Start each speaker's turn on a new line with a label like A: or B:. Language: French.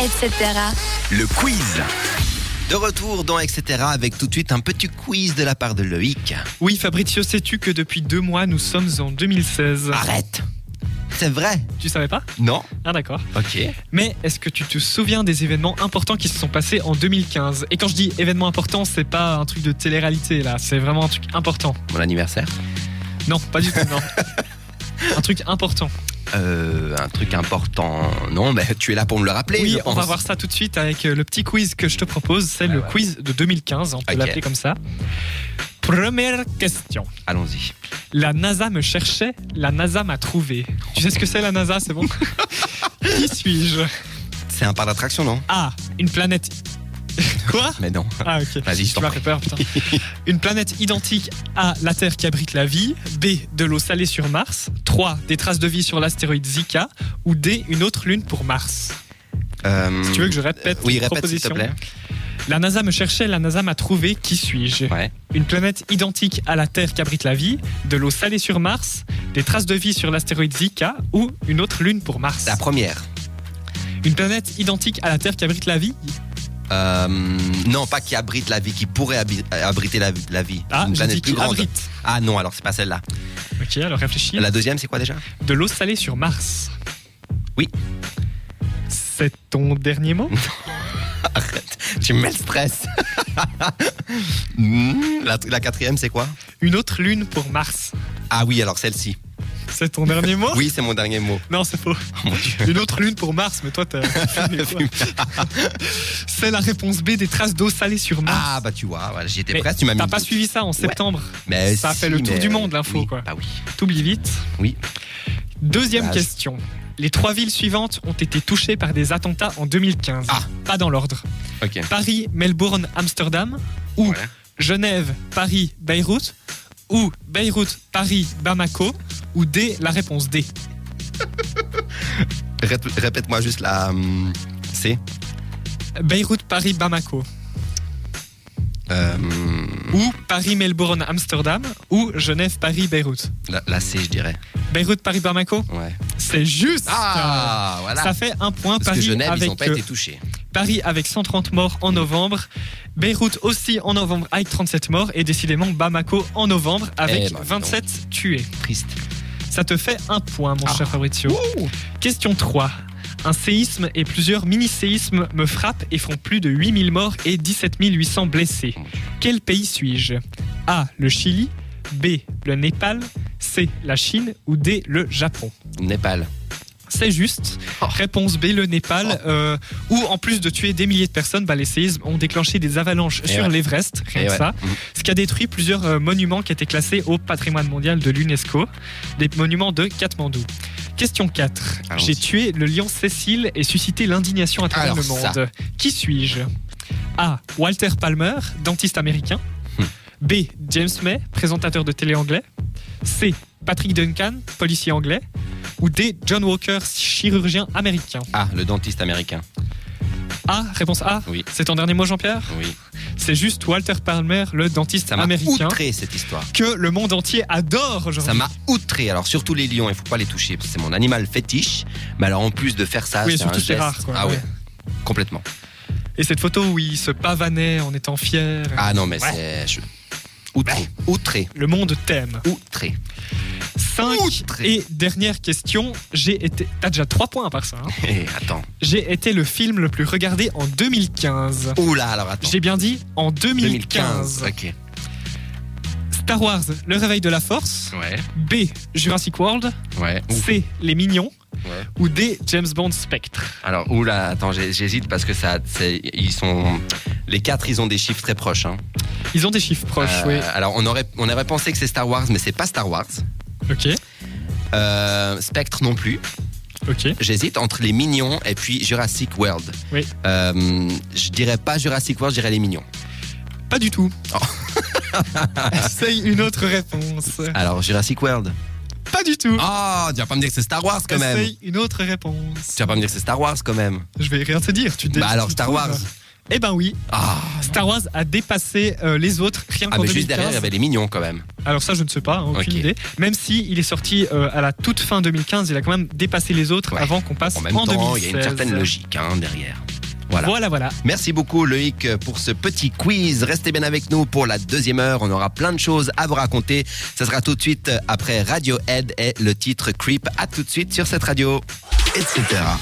A: etc.
B: Le quiz. De retour dans Etc. avec tout de suite un petit quiz de la part de Loïc.
C: Oui, Fabrizio, sais-tu que depuis deux mois, nous sommes en 2016
B: Arrête C'est vrai
C: Tu savais pas
B: Non
C: Ah, d'accord.
B: Ok.
C: Mais est-ce que tu te souviens des événements importants qui se sont passés en 2015 Et quand je dis événement important, c'est pas un truc de télé-réalité, là. C'est vraiment un truc important.
B: Mon anniversaire
C: Non, pas du tout, non. Un truc important.
B: Euh, un truc important. Non, mais tu es là pour me le rappeler.
C: oui,
B: je
C: on va
B: pense.
C: voir ça tout de suite avec euh, le petit quiz que je te propose. C'est
B: Ah
C: le
B: ouais.
C: quiz de 2015, on peut
B: Ok.
C: l'appeler comme ça. Première question.
B: Allons-y.
C: La NASA me cherchait, la NASA m'a trouvé. Tu sais ce que c'est la NASA, c'est bon Qui suis-je
B: C'est un parc d'attraction, non
C: A. Ah, Une planète. Quoi
B: Mais non.
C: Ah, ok.
B: Vas-y, je
C: Tu
B: t'en
C: m'as
B: prie.
C: fait peur, putain. Une planète identique à la Terre qui abrite la vie. B. De l'eau salée sur Mars. 3. Des traces de vie sur l'astéroïde Zika. Ou D. Une autre lune pour Mars.
B: Euh,
C: Si tu veux que je répète
B: Oui,
C: cette
B: répète s'il te
C: proposition.
B: plaît.
C: La NASA me cherchait, la NASA m'a trouvé. Qui suis-je
B: Ouais.
C: Une planète identique à la Terre qui abrite la vie. De l'eau salée sur Mars. Des traces de vie sur l'astéroïde Zika. Ou une autre lune pour Mars.
B: Euh, La première.
C: Une planète identique à la Terre qui abrite la vie.
B: Euh, non, pas qui abrite la vie, qui pourrait habi- abriter la, la vie.
C: Ah,
B: Une
C: j'ai
B: planète
C: dit
B: plus
C: qui
B: grande.
C: abrite.
B: Ah non, alors c'est pas celle-là.
C: Ok, alors réfléchis.
B: La deuxième, c'est quoi déjà
C: De l'eau salée sur Mars.
B: Oui.
C: C'est ton dernier mot
B: Tu me mets le stress. Hmm, la, la quatrième, c'est quoi
C: Une autre lune pour Mars.
B: Ah oui, alors celle-ci.
C: C'est ton dernier mot
B: Oui, c'est mon dernier mot.
C: Non, c'est faux.
B: Oh mon Dieu.
C: Une autre lune pour Mars, mais toi, t'as. fumé, quoi. c'est la réponse B des traces d'eau salée sur Mars.
B: Ah bah tu vois, voilà, j'y étais
C: Mais
B: presque, tu m'as mis
C: T'as
B: le
C: pas
B: doute.
C: suivi ça en septembre
B: Mais
C: Ça a
B: si,
C: fait le tour
B: mais-
C: du monde, l'info,
B: oui,
C: quoi.
B: Bah oui.
C: T'oublies vite.
B: Oui.
C: Deuxième
B: Dommage.
C: question. Les trois villes suivantes ont été touchées par des attentats en 2015.
B: Ah.
C: Pas dans l'ordre.
B: Ok.
C: Paris, Melbourne, Amsterdam ou
B: Voilà.
C: Genève, Paris, Beyrouth ou Beyrouth, Paris, Bamako ou D, la réponse D.
B: Rép- Répète-moi juste la hum, C.
C: Beyrouth, Paris, Bamako
B: Euh, hum,
C: ou Paris, Melbourne, Amsterdam ou Genève, Paris, Beyrouth.
B: la, la C, je dirais.
C: Beyrouth, Paris, Bamako,
B: Ouais.
C: c'est juste.
B: Ah, voilà.
C: Ça fait un point
B: Parce que
C: Paris
B: Genève,
C: avec
B: ils n'ont pas
C: euh,
B: été touchés.
C: Paris avec 130 morts en novembre, Beyrouth aussi en novembre avec 37 morts et décidément Bamako en novembre avec
B: Eh ben, dis donc.
C: 27 tués.
B: Triste.
C: Ça te fait un point, mon
B: Ah.
C: cher Fabrizio. Question 3. Un séisme et plusieurs mini-séismes me frappent et font plus de 8000 morts et 17 800 blessés. Quel pays suis-je A. Le Chili. B. Le Népal. C. La Chine. Ou D. Le Japon.
B: Népal.
C: C'est juste.
B: Oh.
C: Réponse B, le Népal, euh, où en plus de tuer des milliers de personnes, bah, les séismes ont déclenché des avalanches
B: Et
C: sur
B: Eh ouais.
C: l'Everest, rien
B: Et
C: que
B: ouais.
C: ça,
B: Mhm.
C: ce qui a détruit plusieurs euh, monuments qui étaient classés au patrimoine mondial de l'UNESCO, des monuments de Katmandou. Question 4.
B: Allons-y.
C: J'ai tué le lion Cécile et suscité l'indignation à travers
B: Alors
C: le monde.
B: ça.
C: Qui suis-je A. Walter Palmer, dentiste américain.
B: Hmm.
C: B. James May, présentateur de télé anglais. C. Patrick Duncan, policier anglais. Ou D. John Walker, chirurgien américain.
B: Ah, le dentiste américain.
C: A. Réponse A.
B: Oui.
C: C'est ton dernier mot, Jean-Pierre
B: Oui.
C: C'est juste Walter Palmer, le dentiste
B: Ça m'a
C: américain,
B: outré cette histoire.
C: que le monde entier adore
B: Ça
C: aujourd'hui.
B: m'a outré. Alors surtout les lions, il faut pas les toucher parce que c'est mon animal fétiche. Mais alors en plus de faire ça,
C: Oui,
B: c'est
C: surtout,
B: un
C: c'est
B: geste.
C: rare, quoi.
B: Ah ouais.
C: Ouais.
B: Complètement.
C: Et cette photo où il se pavanait en étant fier.
B: Ah non mais
C: Ouais.
B: c'est je- outré, outré,
C: Le monde t'aime.
B: outré.
C: 5
B: Outre.
C: et dernière question. J'ai été. T'as déjà 3 points à part ça. hein.
B: Et attends.
C: J'ai été le film le plus regardé en 2015.
B: Oula alors attends.
C: J'ai bien dit en 2015.
B: 2015. Ok.
C: Star Wars, Le Réveil de la Force.
B: Ouais.
C: B. Jurassic World.
B: Ouais. Ouh.
C: C. Les Mignons.
B: Ouais.
C: Ou D. James Bond Spectre.
B: Alors oula attends j'ai- j'hésite parce que ça c'est- ils sont les quatre ils ont des chiffres très proches. hein.
C: Ils ont des chiffres proches,
B: Euh, Alors on aurait on aurait pensé que c'est Star Wars mais c'est pas Star Wars.
C: oui. Ok,
B: Euh, Spectre non plus.
C: ok.
B: J'hésite entre les mignons et puis Jurassic World.
C: Oui.
B: Euh, je dirais pas Jurassic World, je dirais les mignons.
C: Pas du tout.
B: Oh.
C: Essaye une autre réponse.
B: Alors Jurassic World.
C: Pas du tout.
B: Ah, tu vas pas me dire que c'est Star Wars quand même.
C: Essaye une autre réponse.
B: Tu vas pas me dire que c'est Star Wars quand même.
C: Je vais rien te dire. Tu
B: Bah
C: dé-
B: alors
C: tu
B: Star
C: trouves.
B: Wars.
C: Eh ben oui,
B: Ah,
C: Star Wars a dépassé euh, les autres rien
B: Ah,
C: qu'en
B: mais juste
C: 2015.
B: derrière, il y avait les mignons quand même.
C: Alors ça, je ne sais pas, hein, aucune
B: Ok.
C: idée. Même si il est sorti euh, à la toute fin 2015, il a quand même dépassé les autres
B: Ouais.
C: avant qu'on passe
B: En
C: en,
B: même temps, il
C: 2016.
B: y a une certaine logique hein, derrière. Voilà.
C: Voilà, voilà.
B: Merci beaucoup Loïc pour ce petit quiz. Restez bien avec nous pour la deuxième heure. On aura plein de choses à vous raconter. Ça sera tout de euh, suite après Radiohead et le titre Creep. À tout de suite sur cette radio, etc.